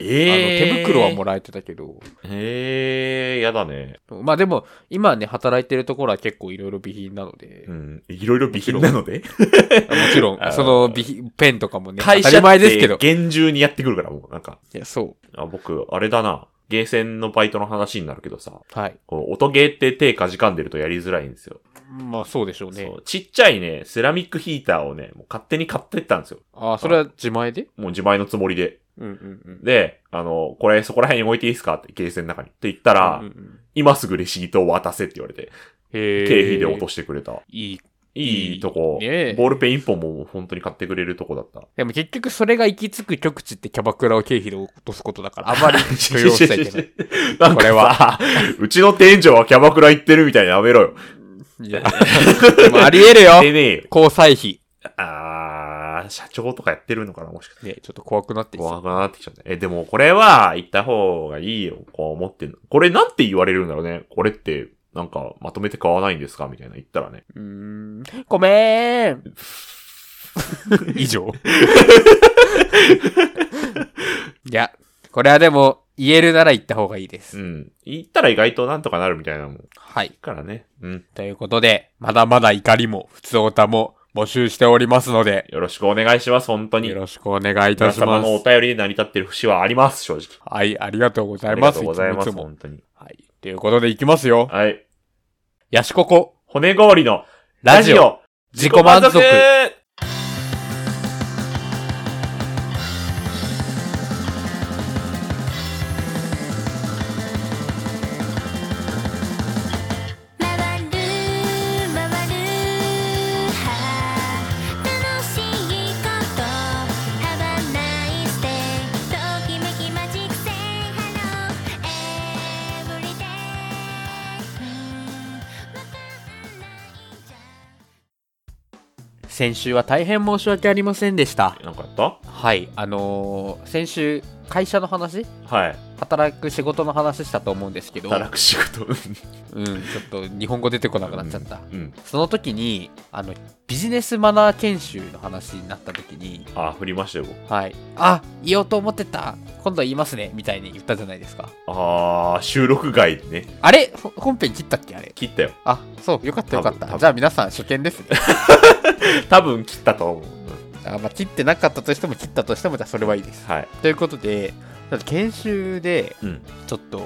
Speaker 2: えー
Speaker 1: あの、手袋はもらえてたけど。
Speaker 2: えー、やだね。
Speaker 1: まあでも、今ね、働いてるところは結構いろいろ備品なので、
Speaker 2: うん。いろいろ備品なので。
Speaker 1: あもちろん
Speaker 2: あ、ー
Speaker 1: その備品、ペンとかもね、当
Speaker 2: 会
Speaker 1: た
Speaker 2: 社
Speaker 1: り
Speaker 2: っ
Speaker 1: 前
Speaker 2: て
Speaker 1: ですけど。
Speaker 2: 厳重にやってくるから、もう、なんか。
Speaker 1: いや、そ
Speaker 2: あ僕、あれだな。ゲーセンのバイトの話になるけどさ、
Speaker 1: う。はい。
Speaker 2: こう音ゲーって手かじかんでるとやりづらいんですよ。
Speaker 1: まあそうでしょうね
Speaker 2: そ。うちっちゃいね、セラミックヒーターをね、もう勝手に買ってったんですよ。
Speaker 1: ああ、それは自前で
Speaker 2: もう自前のつもりで。
Speaker 1: うんうん
Speaker 2: で、あの、これそこら辺に置いていいですかって、ゲーセンの中に。って言ったら、
Speaker 1: うんうん
Speaker 2: 今すぐレシートを渡せって言われて、
Speaker 1: へえ。
Speaker 2: 経費で落としてくれた。
Speaker 1: いい。
Speaker 2: いいとこ、
Speaker 1: いいね
Speaker 2: ボールペン一本も本当に買ってくれるとこだった。
Speaker 1: でも結局それが行き着く局地ってキャバクラを経費で落とすことだから、あまり許容しちゃいけない。
Speaker 2: なんか
Speaker 1: これ
Speaker 2: さ、うちの店長はキャバクラ行ってるみたいなやめろよ。
Speaker 1: いや、 でもありえるよ
Speaker 2: でねえよ。
Speaker 1: 交際費。
Speaker 2: あー、社長とかやってるのかなもしかして。
Speaker 1: ね、ちょっと怖くなってきた。
Speaker 2: 怖くなってきちゃった。え、でもこれは行った方がいいよ。こう思ってんの。これなんて言われるんだろうね。これって、なんかまとめて買わないんですかみたいな言った らね。
Speaker 1: うーん。ごめーん。 以上。いや、これはでも、言えるなら言った方がいいで
Speaker 2: う
Speaker 1: す。
Speaker 2: ん。言ったら意外となんとかなるみたいなのもん。
Speaker 1: はい。
Speaker 2: からね。うん。
Speaker 1: ということで、まだまだ怒りも、普通歌も募集しておりますので、
Speaker 2: よろしくお願いします、本当に
Speaker 1: よ。ろしくお願いいた
Speaker 2: 皆
Speaker 1: しま
Speaker 2: 様のお
Speaker 1: す。
Speaker 2: 便りで成り立ってる節はあります、正直。
Speaker 1: はい、ありがとうござ
Speaker 2: あ
Speaker 1: い
Speaker 2: り
Speaker 1: ま
Speaker 2: が
Speaker 1: す。
Speaker 2: とうございます、
Speaker 1: つも
Speaker 2: 本当に。
Speaker 1: はい。ということで、いきますよ。
Speaker 2: はい。
Speaker 1: ヤシココ、
Speaker 2: 骨氷の
Speaker 1: ラジオ、自己満足。
Speaker 3: 回る回る楽しいことハバナイスデーときめきマジックセイハローエブリデイわかんないじゃん
Speaker 1: 先週は大変申し訳ありませんでした。
Speaker 2: なんかやっ
Speaker 1: はい、あのー、先週、会社の話
Speaker 2: たはい。
Speaker 1: 働く仕事の話したと思うんですけど、
Speaker 2: 働く仕事。
Speaker 1: うん、ちょっと日本語出てこなくなっちゃった。
Speaker 2: うん。
Speaker 1: その時に、あの、ビジネスマナー研修の話になった時に、
Speaker 2: あ、振りましたよ、僕。
Speaker 1: はい。あ、言おうと思ってた今度は言いますねみたいに言ったじゃないですか。
Speaker 2: あー、収録外ね。
Speaker 1: あれほ本編切ったっけあれ。
Speaker 2: 切ったよ。
Speaker 1: あ、そう、よかったよかっ
Speaker 2: 多
Speaker 1: た。
Speaker 2: 分多分
Speaker 1: じゃあ皆さん初見ですね。
Speaker 2: 多分切ったと思う。うん
Speaker 1: あまあ、切ってなかったとしても切ったとしても、じゃあそれはいいです。
Speaker 2: はい。
Speaker 1: ということで、ちょっと研修で、
Speaker 2: うん。
Speaker 1: ちょっ と、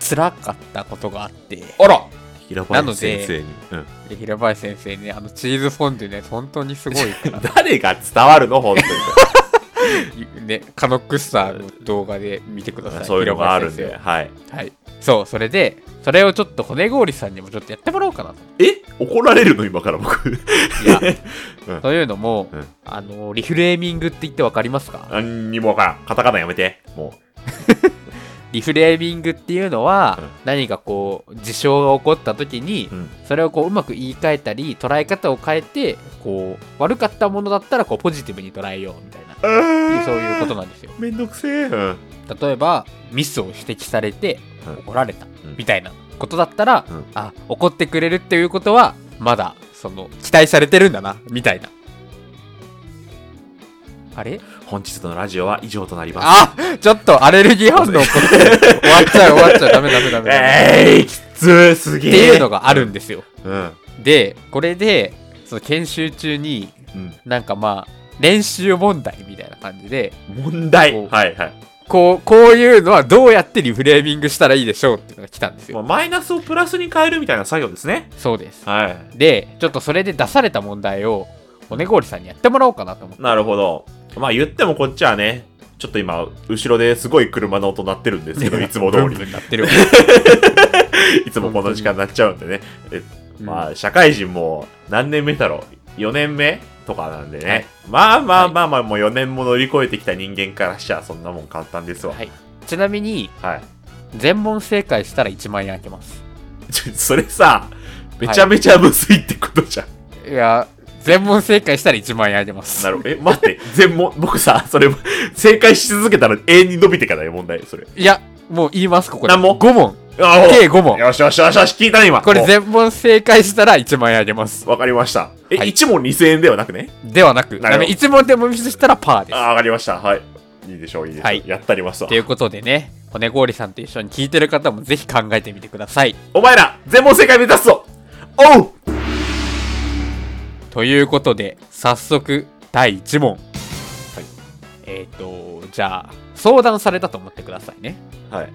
Speaker 1: 辛かったことがあって、
Speaker 2: あら平林先生に。うん。
Speaker 1: で平林先生ね、あの、チーズフォンデュね、本当にすごいから、
Speaker 2: 誰が伝わるの本当に。
Speaker 1: ね、カノックスターの動画で見てくだ さい。
Speaker 2: そういうのがあるん
Speaker 1: 平
Speaker 2: で。
Speaker 1: 林
Speaker 2: はい。
Speaker 1: 先生を。はい。そう、それで、それをちょっと骨氷さんにもちょっとやってもらおう かなと。
Speaker 2: え怒られるの今から僕。
Speaker 1: いや
Speaker 2: うん
Speaker 1: というのも、
Speaker 2: うん
Speaker 1: あのリフレーミングって言ってわかりますか
Speaker 2: 何にもわからん。カタカナやめて。も
Speaker 1: リフレーミングっていうのは、
Speaker 2: うん
Speaker 1: 何かこう事象が起こった時に、
Speaker 2: う。うん。
Speaker 1: それをこううまく言い換えたり捉え方を変えてこう悪かったものだったらこうポジティブに捉えようみたいな
Speaker 2: そ
Speaker 1: そ
Speaker 2: う
Speaker 1: ういうこと
Speaker 2: な
Speaker 1: なんですよ
Speaker 2: めんどくせえ。うん。
Speaker 1: 例えばミスを指摘されて
Speaker 2: うん
Speaker 1: 怒られた、
Speaker 2: ん
Speaker 1: みたいなことだったら、
Speaker 2: うん
Speaker 1: あ怒ってくれるっていうことはまだその期待されてるんだなみたいなあれ
Speaker 2: 本日のラジオは以上となります。
Speaker 1: あちょっとアレルギー反応起こって終わっちゃう終わっちゃうダメダメダメダメ。
Speaker 2: えーい、きつーすげ
Speaker 1: っ
Speaker 2: え。
Speaker 1: ていうのがあるんですよ。
Speaker 2: うん。
Speaker 1: で、これで、その研修中に、
Speaker 2: うん。
Speaker 1: なんかまあ、練習問題みたいな感じで、
Speaker 2: 問題。
Speaker 1: こう
Speaker 2: はいはい。
Speaker 1: こう、こういうのはどうやってリフレーミングしたらいいでしょうっていうのが来たんです
Speaker 2: まあ
Speaker 1: よ。
Speaker 2: マイナスをプラスに変えるみたいな作業ですね。
Speaker 1: そうです。
Speaker 2: はい。
Speaker 1: で、ちょっとそれで出された問題を、骨氷さんにやってもらおうかなと思って。
Speaker 2: なるほど。まあ言ってもこっちはね、ちょっと今、後ろですごい車の音鳴ってるんですけど、いつも通
Speaker 1: ブンブ
Speaker 2: り。
Speaker 1: ンなってるわ。
Speaker 2: いつもこの時間鳴っちゃうんでね。ま
Speaker 1: あ、
Speaker 2: あ、社会人も何年目だろう ?4 年目とかなんでね。
Speaker 1: はい
Speaker 2: まあまあまあまあ、もう4年も乗り越えてきた人間からしちゃ、そんなもん簡単ですわ。
Speaker 1: はい。ちなみに、
Speaker 2: はい。
Speaker 1: 全問正解したら1万円あげます。
Speaker 2: ちょそれさ、めちゃめちゃむずいってことじゃん。
Speaker 1: いや、全問正解したら1万円あげます。
Speaker 2: なるほど。え、待って、全問、僕さ、それ、正解し続けたら永遠に伸びてかない問題、それ。
Speaker 1: いや、もう言います、ここで。
Speaker 2: 何問
Speaker 1: ?5 問。
Speaker 2: ああ、
Speaker 1: 計5問。
Speaker 2: よしよしよしよし、聞いたね、今。
Speaker 1: これ
Speaker 2: お
Speaker 1: 全問正解したら1万円あげます。
Speaker 2: わかりました。え、
Speaker 1: はい
Speaker 2: 1問2000円ではなくね
Speaker 1: ではなく、
Speaker 2: なるほど
Speaker 1: 1問でもミスしたらパーで
Speaker 2: ああ、わかりました。はい。いいでしょう、いいでしょう。
Speaker 1: はい
Speaker 2: やったりますわ
Speaker 1: す。とい。うことでね、骨氷さんと一緒に聞いてる方もぜひ考えてみてください。
Speaker 2: お前ら、全問正解目指すぞおう
Speaker 1: ということで、早速、第1問。えっ、と、じゃあ、相談されたと思ってくださいね。
Speaker 2: はい。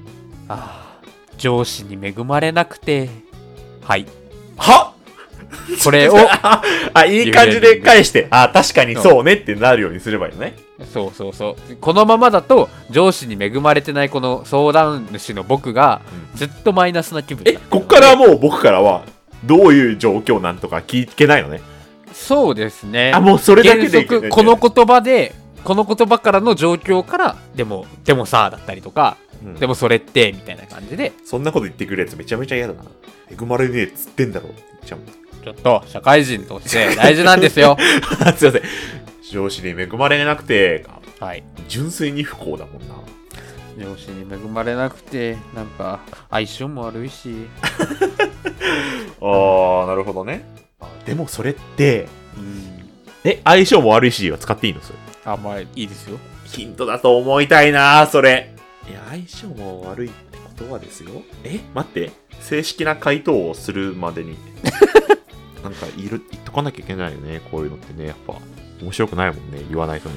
Speaker 1: ああ、上司に恵まれなくて。はい。
Speaker 2: は
Speaker 1: これを、
Speaker 2: あ、あいい感じで返して、あ、確かにそうねってなるようにすればいいのね。
Speaker 1: そうそうそうこのままだと上司に恵まれてないこの相談主の僕がずっとマイナスな気分
Speaker 2: え、こっからもう僕からは、どういう状況なんとか聞けないのね。
Speaker 1: そうですね
Speaker 2: あ、もうそれだけ
Speaker 1: 原
Speaker 2: でいいよね
Speaker 1: 則この、言葉でこの言葉からの状況からでもでもさだったりとか
Speaker 2: うん
Speaker 1: でもそれってみたいな感じで
Speaker 2: そんなこと言ってくるやつめちゃめちゃ嫌だな。えぐまれねえっつってんだろって言っちゃ うもん
Speaker 1: ちょっと社会人として大事なんですよ
Speaker 2: あすいません。上司に恵まれなくて、
Speaker 1: はい
Speaker 2: 純粋に不幸だもんな。
Speaker 1: 上司に恵まれなくてなんか相性も悪いし
Speaker 2: ああ、なるほどね。あでもそれって、
Speaker 1: うん
Speaker 2: え、相性も悪いしは使っていいのそれ。
Speaker 1: あまあいいですよ
Speaker 2: ヒントだと思いたいな、それ。いや、相性も悪いってことはですよ。え待って、正式な回答をするまでに。 なんか、いる、言っとかなきゃいけないよね、こういうのってね。やっぱ、面白くないもんね、言わないとね。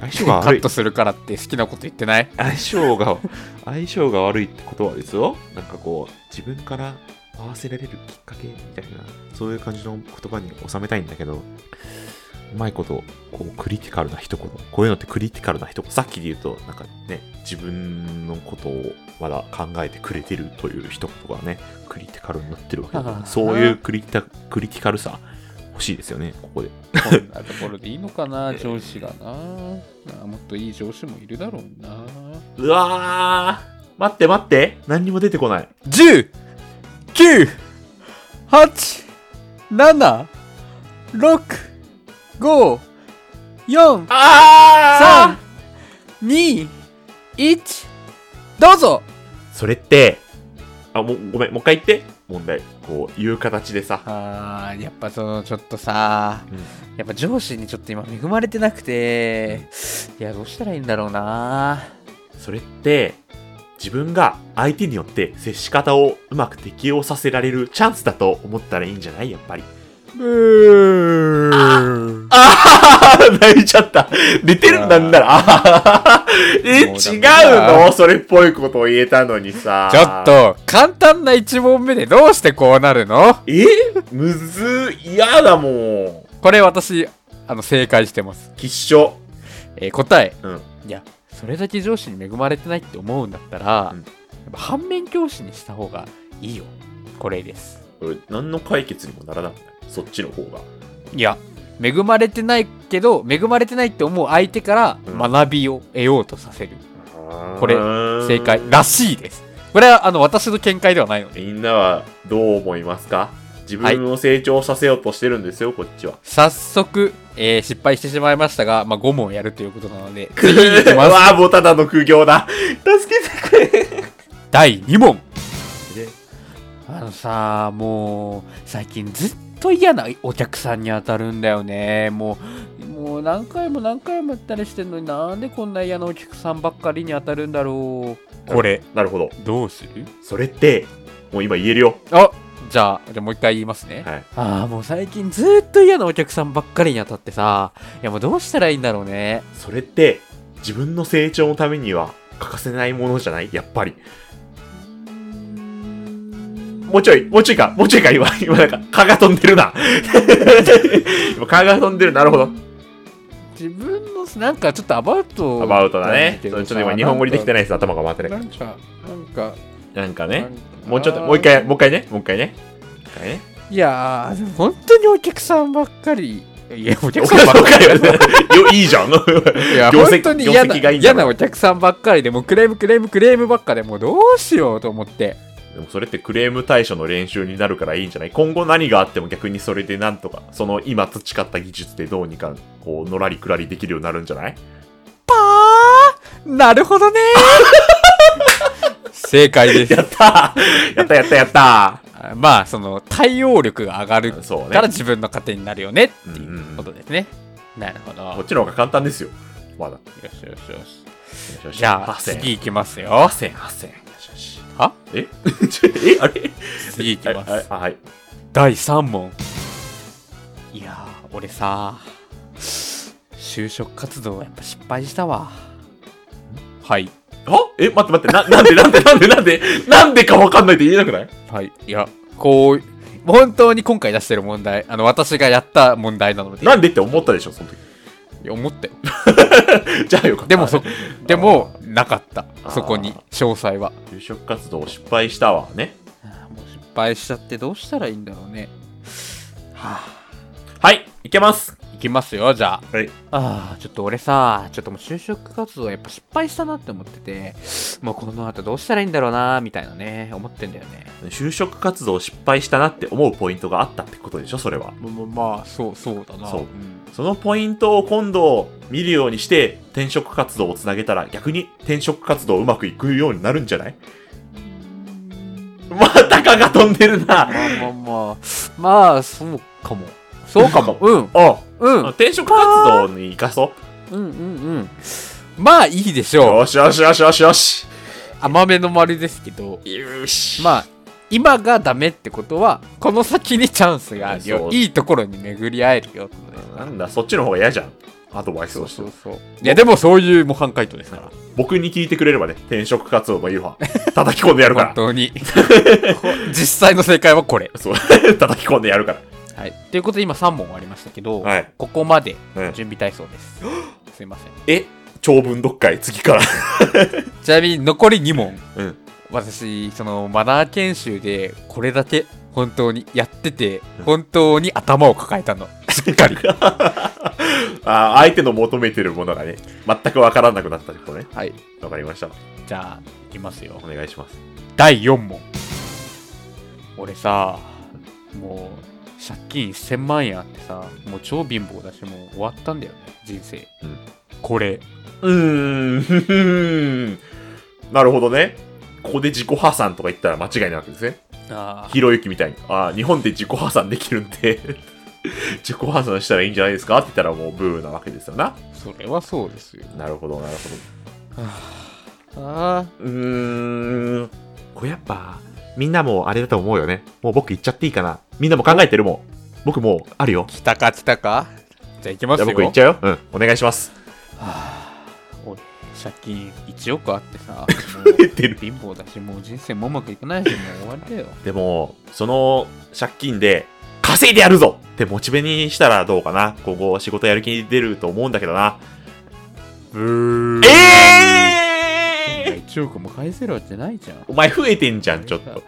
Speaker 2: 相性が
Speaker 1: カ
Speaker 2: 悪
Speaker 1: ッ
Speaker 2: い
Speaker 1: ト。するからって好きなこと言ってない
Speaker 2: 相性が、 相性が悪いってことはですよ。なんかこう、自分から合わせられるきっかけみたいな、そういう感じの言葉に収めたいんだけど、うまいこと、こう、クリティカルな一言。こういうのってクリティカルな一言。さっきで言うと、なんかね、自分のことをまだ考えてくれてるという一言がね、クリティカルになってるわけだか
Speaker 1: あ
Speaker 2: ら、
Speaker 1: ー
Speaker 2: そういうクリティカクリティカルさ、欲しいですよね、ここで。
Speaker 1: こんなところでいいのか な、上司がな。なあもっといい上司もいるだろうな。
Speaker 2: うわー待って待って何にも出てこない。
Speaker 1: 10、9、8、7、6、5、4、
Speaker 2: あ
Speaker 1: 3、2、1、どうぞ
Speaker 2: それって、あ、もう、ごめん、もう一回言って。問題。こう、いう形でさ。
Speaker 1: あーやっぱそのちょっとさ
Speaker 2: うん
Speaker 1: やっぱ上司にちょっと今恵まれてなくていやどうしたらいいんだろうな
Speaker 2: それって、自分が相手によって接し方をうまく適応させられるチャンスだと思ったらいいんじゃないやっぱり。
Speaker 1: ブー
Speaker 2: あー 泣いちゃった。寝てるんだんなら、あー え、
Speaker 1: もう
Speaker 2: 違
Speaker 1: ダメ
Speaker 2: う
Speaker 1: だ
Speaker 2: のそれっぽいことを言えたのにさ。
Speaker 1: ちょっ。と簡単な1問目でどうしてこうなるの
Speaker 2: えむずい、嫌だもん。
Speaker 1: これ私あの正解してます、
Speaker 2: 吉祥。
Speaker 1: えー答え
Speaker 2: うん。
Speaker 1: いやそれだけ上司に恵まれてないって思うんだったら、
Speaker 2: うん
Speaker 1: やっぱ反面教師にした方がいいよこれです
Speaker 2: これ何の解決にもならなくないそっちの方が。
Speaker 1: いや恵まれてないけど恵まれてないって思う相手から
Speaker 2: うん
Speaker 1: 学びを得ようとさせる、これ正
Speaker 2: 正
Speaker 1: 解らしいですこれはあの私の見解ではないので
Speaker 2: みんなはどう思いますか自分を成長させようとしてるんですよ、こっち は。
Speaker 1: 早速、えー失敗してしまいましたが、まあ、5問やるということなので次に行き
Speaker 2: う
Speaker 1: ます
Speaker 2: わあ、ボタダの苦行だ。助けてくれ。
Speaker 1: 第2問あのさもう最近ずっと嫌なお客さんに当たるんだよねもうもう何回も何回もやったりしてんのになんでこんな嫌なお客さんばっかりに当たるんだろうこれ
Speaker 2: なるほど。
Speaker 1: どうする
Speaker 2: それって、もう今言えるよ。
Speaker 1: あじゃあじゃあもう一回言いますね、
Speaker 2: はい。
Speaker 1: ああもう最近ずっと嫌なお客さんばっかりに当たってさいやもうどうしたらいいんだろうね
Speaker 2: それって、自分の成長のためには欠かせないものじゃないやっぱり。もうちょい、もうちょいか、もうちょいか、今、今なんか、蚊が飛んでるな。 今、蚊が飛んでる、なるほど。
Speaker 1: 自分のなんかちょっとアバウト
Speaker 2: アバウトだね。ち
Speaker 1: け
Speaker 2: ょ
Speaker 1: ど
Speaker 2: っ
Speaker 1: さ
Speaker 2: と今、日本語にできてないです、頭が回ってない
Speaker 1: なんかなんか
Speaker 2: なんか
Speaker 1: な
Speaker 2: ね
Speaker 1: ん、か
Speaker 2: もうちょっと、もう一回、もう一回ね、もう一回ね。もう一回ね。
Speaker 1: いやー、でも本当にお客さんばっかり。いや、お
Speaker 2: お
Speaker 1: 客さ
Speaker 2: 金
Speaker 1: んばっかり。
Speaker 2: よ、いいじゃん。
Speaker 1: いや、
Speaker 2: 業績
Speaker 1: 本当に嫌な
Speaker 2: 業績がいいんだ
Speaker 1: 嫌
Speaker 2: から
Speaker 1: なお客さんばっかりで、もうクレームクレームクレームばっかでもうどうしようと思って。
Speaker 2: でもそれってクレーム対処の練習になるからいいんじゃない今後何があっても逆にそれでなんとか、その今培った技術でどうにか、こう、のらりくらりできるようになるんじゃない
Speaker 1: パーなるほど ねー正解です
Speaker 2: や。ったーやったやったやった
Speaker 1: あまあ、その、対応力が上がる
Speaker 2: ーそうね
Speaker 1: から。自分の糧になるよねってい
Speaker 2: んうんう
Speaker 1: うんうことですね。なるほど。
Speaker 2: こっ
Speaker 1: よ
Speaker 2: ちの方が簡単ですよ。まだ。よ
Speaker 1: しよしよし。
Speaker 2: しよしよし
Speaker 1: じゃあ、
Speaker 2: 8000
Speaker 1: 次行きますよ。
Speaker 2: 8000、8000。よしよし
Speaker 1: は
Speaker 2: え ちょえあれ
Speaker 1: 次行きます。
Speaker 2: ああはい。
Speaker 1: 第3問いやー俺さ就職活動やっぱ失敗したわはい
Speaker 2: はえ、待って待って、な、なんでなんでなんでなんでなんでかわかんないって言えなくない
Speaker 1: はいいやこう本当に今回出してる問題あの私がやった問題なので
Speaker 2: なんでって思ったでしょ、その時。
Speaker 1: いや思ったよ
Speaker 2: じゃあよかった。
Speaker 1: でもそでもなかった
Speaker 2: あー
Speaker 1: そこに詳細は
Speaker 2: 就職活動失敗したわね。
Speaker 1: あーもう失敗しちゃってどうしたらいいんだろうねはあ
Speaker 2: はい、いけます。
Speaker 1: いきますよじゃあ
Speaker 2: はい。
Speaker 1: ああ、ちょっと俺さ、ちょっともう就職活動やっぱ失敗したなって思ってて、もうこの後どうしたらいいんだろうな、みたいなね、思ってんだよね。
Speaker 2: 就職活動失敗したなって思うポイントがあったってことでしょ、それは。
Speaker 1: ま、ままあ、そう、そうだな
Speaker 2: そうんそのポイントを今度見るようにして転職活動をつなげたら逆に転職活動うまくいくようになるんじゃないまたかが飛んでる
Speaker 1: まあ
Speaker 2: な。
Speaker 1: まあまあ、まあ、そうかも。 そうかも。うん、
Speaker 2: お
Speaker 1: うん、
Speaker 2: 転職活動に生かそう。
Speaker 1: うん、うん、うん。まあいいでしょう。
Speaker 2: よしよしよしよしよし。
Speaker 1: 甘めの丸ですけど、
Speaker 2: よし。
Speaker 1: まあ、今がダメってことは、この先にチャンスがある
Speaker 2: そ
Speaker 1: よ。
Speaker 2: う
Speaker 1: いいところに巡り合えるよ。
Speaker 2: なんだ、そっちの方が嫌じゃん。アドバイス
Speaker 1: そ
Speaker 2: を
Speaker 1: う
Speaker 2: して
Speaker 1: そうそう。いや、でもそういう模範解答ですから。
Speaker 2: 僕に聞いてくれればね、転職活動の夕飯、叩き込んでやるか
Speaker 1: 本
Speaker 2: ら。
Speaker 1: 当に。 実際の正解はこれ。
Speaker 2: そう、 叩き込んでやるから。
Speaker 1: はい。ということで今3問ありましたけど、
Speaker 2: はい
Speaker 1: ここまで
Speaker 2: うん
Speaker 1: 準備体操 です。すいません。
Speaker 2: え長文読解、次から。
Speaker 1: ちなみに残り2問。
Speaker 2: うん。
Speaker 1: 私、そのマナー研修でこれだけ本当にやってて
Speaker 2: うん、
Speaker 1: 本当に頭を抱えたの。しっか り。
Speaker 2: あー相手の求めてるものがね、全くわからなくなったってことね。
Speaker 1: はい。
Speaker 2: わかりました。
Speaker 1: じゃあ、いきますよ
Speaker 2: お。願いします。
Speaker 1: 第4問俺さもう借金1000万円あってさもう超貧乏だしもう終わったんだよね人生、
Speaker 2: うん
Speaker 1: これ
Speaker 2: うーんふふん、 なるほどね。ここで自己破産とか言ったら間違いなわけですね。
Speaker 1: あ
Speaker 2: ひろゆきみたいに。ああ、日本で自己破産できるんで、 自己破産したらいいんじゃないですかって言ったらもうブーなわけですよな。
Speaker 1: それはそうですよ
Speaker 2: なるほど、なるほど。
Speaker 1: あ
Speaker 2: うーん。これやっぱ、みんなもあれだと思うよね。もう僕行っちゃっていいかな。みんなも考えてるもん。僕もうあるよ。
Speaker 1: 来たか来たかじゃあ行きま
Speaker 2: じ
Speaker 1: す
Speaker 2: ゃあ
Speaker 1: よ
Speaker 2: 僕行っちゃうよ。うん。お願いします。
Speaker 1: はあ俺借金1億あ ってさ
Speaker 2: 増えてる
Speaker 1: もう貧乏だしもう人生もうまくいかないしもう終わりだよ
Speaker 2: でも、その借金で、稼いでやるぞってモチベにしたらどうかな。今後仕事やる気に出ると思うんだけどな。
Speaker 1: ブ
Speaker 2: えー
Speaker 1: 1億も返せるわけないじゃん
Speaker 2: お前増えてんじゃん、ちょ っと。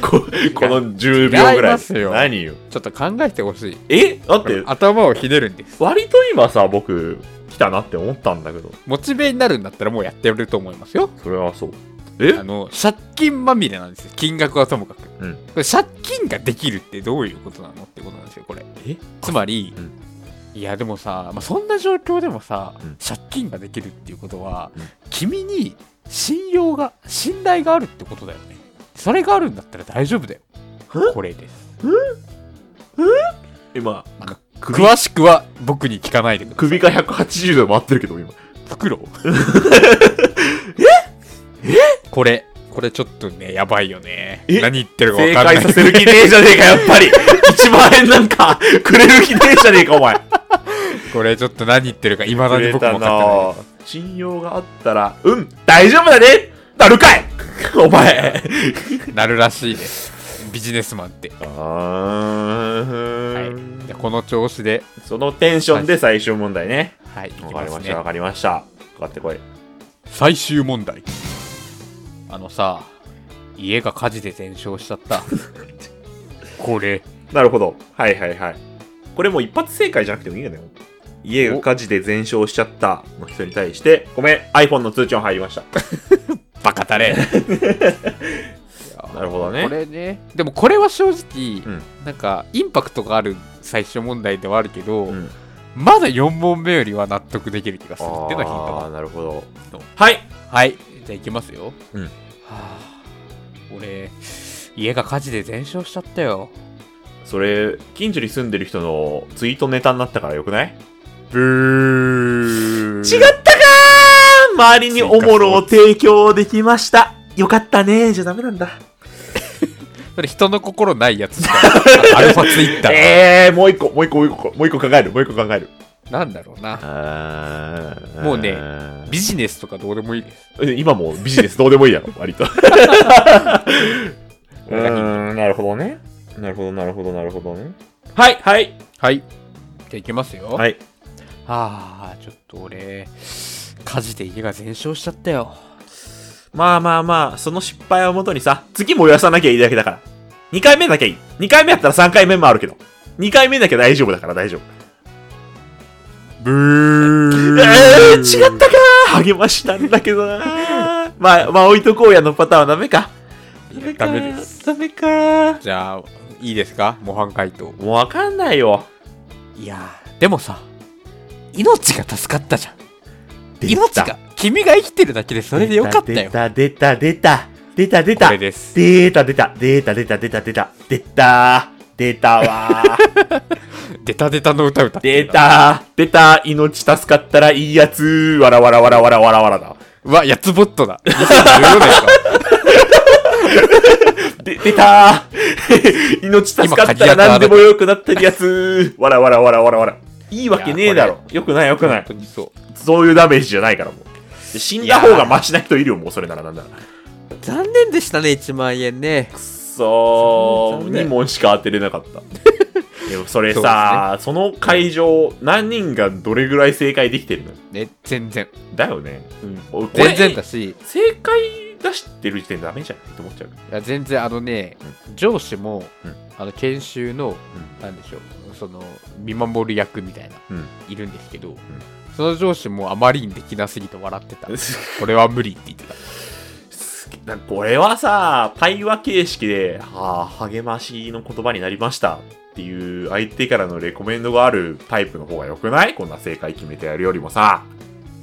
Speaker 2: ここの10秒
Speaker 1: 違い
Speaker 2: ぐらい。
Speaker 1: ますよ
Speaker 2: 何よ。
Speaker 1: ちょっと考えてほしい
Speaker 2: えだって、
Speaker 1: 頭をひねるんです
Speaker 2: 割と今さ、僕、来たなって思ったんだけど。
Speaker 1: モチベになるんだったらもうやってると思いますよ
Speaker 2: それはそう。え
Speaker 1: あの借金まみれなんですよ金額はともかく、
Speaker 2: うん
Speaker 1: これ借金ができるってどういうことなのってことなんですよこれ
Speaker 2: え
Speaker 1: つまり、
Speaker 2: うん
Speaker 1: いやでもさ、まあ、そんな状況でもさ、
Speaker 2: うん
Speaker 1: 借金ができるっていうことは、
Speaker 2: うん
Speaker 1: 君に信用が信頼があるってことだよねそれがあるんだったら大丈夫だよこれです
Speaker 2: 今、
Speaker 1: あの
Speaker 2: 首
Speaker 1: 詳しくは僕に聞かないでください
Speaker 2: 首が180度回ってるけど、今。
Speaker 1: 袋ええこれこれちょっとねやばいよね
Speaker 2: え
Speaker 1: 何言ってるか
Speaker 2: 正
Speaker 1: 分かんない
Speaker 2: 解させる気ねえじゃねえか、やっ ぱり。1万円なんか、くれる気ねえじゃねえか、お 前。
Speaker 1: これちょっと何言ってるかいまだに僕も分か
Speaker 2: ぁ信用があったら、うん、大丈夫だねなるかい お前。
Speaker 1: ってないなるらしいですビジネスマンって
Speaker 2: あー
Speaker 1: じゃあこの調子で
Speaker 2: そのテンションで最終問題ね。
Speaker 1: はいいき
Speaker 2: わか
Speaker 1: ま
Speaker 2: り
Speaker 1: す
Speaker 2: まし
Speaker 1: ね
Speaker 2: た、わかりました。かかってこい。
Speaker 1: 最終問題あのさ家が火事で全焼しちゃった これ
Speaker 2: なるほど。はいはいはい。これもう一発正解じゃなくてもいいよね。家が火事で全焼しちゃったの人に対して、ごめん、iPhone の通知音入りました。
Speaker 1: バカた れ
Speaker 2: なるほどね
Speaker 1: これねでもこれは正直、
Speaker 2: うん
Speaker 1: なんかインパクトがある最終問題ではあるけど、
Speaker 2: うん。
Speaker 1: まだ4問目よりは納得できる気がするっていうのがヒント
Speaker 2: あ
Speaker 1: か
Speaker 2: あ、なるほど
Speaker 1: そう。
Speaker 2: はい。
Speaker 1: はいじゃあいきますよ
Speaker 2: うん
Speaker 1: はあ俺家が火事で全焼しちゃったよ
Speaker 2: それ、近所に住んでる人のツイートネタになったからよくない
Speaker 1: ブー
Speaker 2: 違ったかー周りにおもろを提供できましたよかったねーじゃダメなんだ。
Speaker 1: それ人の心ないやつ じゃんアルファツイッター、
Speaker 2: えー、もう一個、もう一個、もう一個、もう一個考える、もう一個考える。
Speaker 1: なんだろうな
Speaker 2: あー
Speaker 1: もうねビジネスとかどうでもいいです
Speaker 2: 今もうビジネスどうでもいいやろ、割 と。うーん、なるほどね。なるほど、なるほど、なるほどね。はい、はい。
Speaker 1: はいじゃあいきますよ
Speaker 2: はい。
Speaker 1: ああちょっと俺火事で家が全焼しちゃったよ
Speaker 2: まあまあまあ、その失敗をもとにさ、次燃やさなきゃいいだけだから。2回目だけいい。2回目やったら3回目もあるけど。2回目だけ大丈夫だから大丈夫。
Speaker 1: ブー
Speaker 2: えー、違ったかー励ましたんだけどなーまあ、まあ置いとこうやのパターンはダメか。。
Speaker 1: ダメです
Speaker 2: ダメかー。
Speaker 1: じゃあいいですか模範解答
Speaker 2: もうわかんないよ。
Speaker 1: いやーでもさ命が助かったじゃん
Speaker 2: 出た
Speaker 1: 命が君が生きてるだけでそれでよかった
Speaker 2: 出
Speaker 1: よこ
Speaker 2: た出た出た出た出た
Speaker 1: れです
Speaker 2: 出た出た出た出た出た出た出た出た出たわー
Speaker 1: デタデタの歌歌って
Speaker 2: 出
Speaker 1: るな。
Speaker 2: た出た命助かったらいいやつわらわらわらわらわらわらだ。
Speaker 1: うわ、やつぼっとだ。2014年 か。
Speaker 2: で出た命助かったら何でもよくなってるやつわらわらわらわらわら。いいわけねえだろ。よくないよくな
Speaker 1: 本。
Speaker 2: い
Speaker 1: 当にそう。
Speaker 2: そういうダメージじゃないからもう。で死んだ方がマシな人いるよ、もうそれならなんだら。
Speaker 1: 残念でしたね、1万円ね。
Speaker 2: くそ
Speaker 1: 残
Speaker 2: ー、
Speaker 1: 念
Speaker 2: 2問しか当てれなか った。でもそれさそ,、の会場、何人がどれぐらい正解できてるの
Speaker 1: ね、全然。
Speaker 2: だよね。うん、俺これ
Speaker 1: 全然だし、い
Speaker 2: 正解出してる時点でダメじゃないって思っちゃう。
Speaker 1: や全然あのね、上司も、
Speaker 2: うん
Speaker 1: あの研修の、なんでしょう、その、見守る役みたいな、
Speaker 2: うん
Speaker 1: いるんですけど、その上司もあまりにできなすぎて笑ってた
Speaker 2: う。ん。す
Speaker 1: これは無理って言ってた。
Speaker 2: すなんかこれはさ、対話形式で、はあ、励ましの言葉になりましたっていう相手からのレコメンドがあるタイプの方が良くないこんな正解決めてやるよりもさ、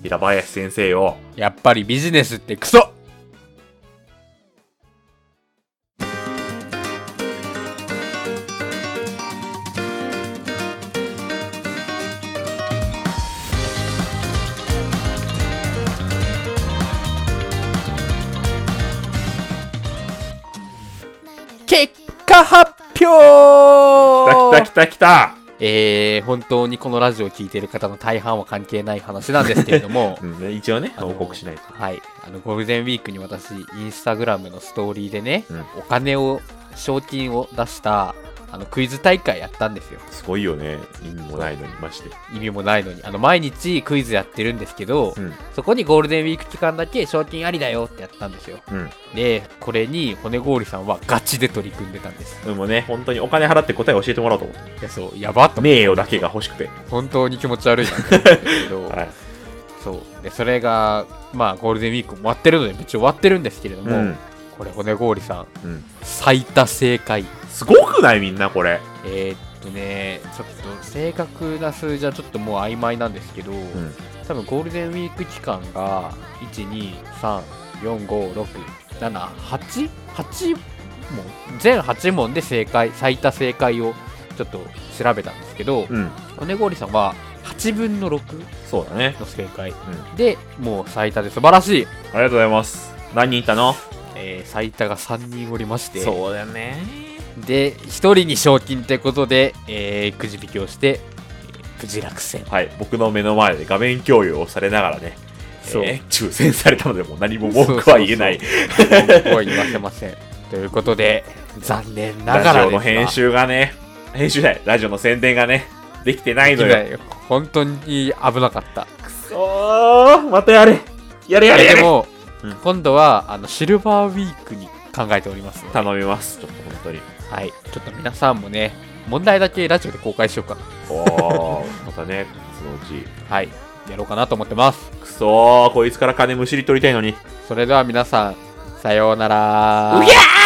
Speaker 2: 平林先生を。
Speaker 1: やっぱりビジネスってクソ結果発
Speaker 2: 来た
Speaker 1: 表
Speaker 2: 来た来た
Speaker 1: えー、本当にこのラジオを聞いてる方の大半は関係ない話なんですけれど も
Speaker 2: う、んね、一応ね、
Speaker 1: あの
Speaker 2: 報告しないと。
Speaker 1: はい、あのゴールデンウィークに私インスタグラムのストーリーでね、
Speaker 2: うん
Speaker 1: お金を賞金を出したあのクイズ大会やったんですよ
Speaker 2: すごいよね。意味もないのにまして。
Speaker 1: 意味もないのにあの毎日クイズやってるんですけど、
Speaker 2: うん。
Speaker 1: そこにゴールデンウィーク期間だけ賞金ありだよってやったんですよでこれに骨氷さんはガチで取り組んでたんです
Speaker 2: うん。もうね、本当にお金払って答え教えてもらおうと思っ
Speaker 1: いやそうやばっと
Speaker 2: て。
Speaker 1: 思って
Speaker 2: 名誉だけが欲しくて。
Speaker 1: 本当に気持ち悪いなって思ったんですけど、
Speaker 2: はい。
Speaker 1: そうでそれがまあゴールデンウィークも終わってるので無事終わってるんですけれども、
Speaker 2: うん
Speaker 1: これ骨氷さん
Speaker 2: うん。
Speaker 1: 最多正解
Speaker 2: すごくないみんなこれ。
Speaker 1: えーっとね、ちょっと正確な数字はちょっともう曖昧なんですけど、
Speaker 2: ん。
Speaker 1: 多分ゴールデンウィーク期間が、1、2、3、4、5、6、7、8、8問全8問で正解、最多正解をちょっと調べたんですけど、
Speaker 2: うん。
Speaker 1: 骨氷さんは8分の6
Speaker 2: そうだね。
Speaker 1: の正解
Speaker 2: うん。
Speaker 1: で、もう最多で素晴らしい、
Speaker 2: ありがとうございます。何人いたの
Speaker 1: えー最多が3人おりまして、
Speaker 2: うだね。
Speaker 1: で、1人に賞金ってことで、えーくじ引きをして、えーくじ落選。
Speaker 2: はい。僕の目の前で画面共有をされながらね。
Speaker 1: そう
Speaker 2: えー抽選されたのでもう何も文句は言えない。
Speaker 1: 文句は言わせません。ということで、残念なが
Speaker 2: ラジ
Speaker 1: らで
Speaker 2: オ
Speaker 1: す
Speaker 2: の
Speaker 1: が
Speaker 2: 編集がね、編集じゃない、ラジオの宣伝がね、できてない
Speaker 1: で
Speaker 2: の
Speaker 1: き
Speaker 2: よ
Speaker 1: な。いよ本当に危なかった。
Speaker 2: おーまたやれやれやれや
Speaker 1: で
Speaker 2: れ
Speaker 1: も、
Speaker 2: うん
Speaker 1: 今度はあのシルバーウィークに考えておりますので、
Speaker 2: 頼みますちょっと本当に
Speaker 1: はい、ちょっと皆さんもね、問題だけラジオで公開しようか。
Speaker 2: おー またねそのうち
Speaker 1: はい、やろうかなと思ってます。
Speaker 2: くそーこいつから金むしり取りたいのに
Speaker 1: それでは皆さん、さようなら。
Speaker 2: うぎゃー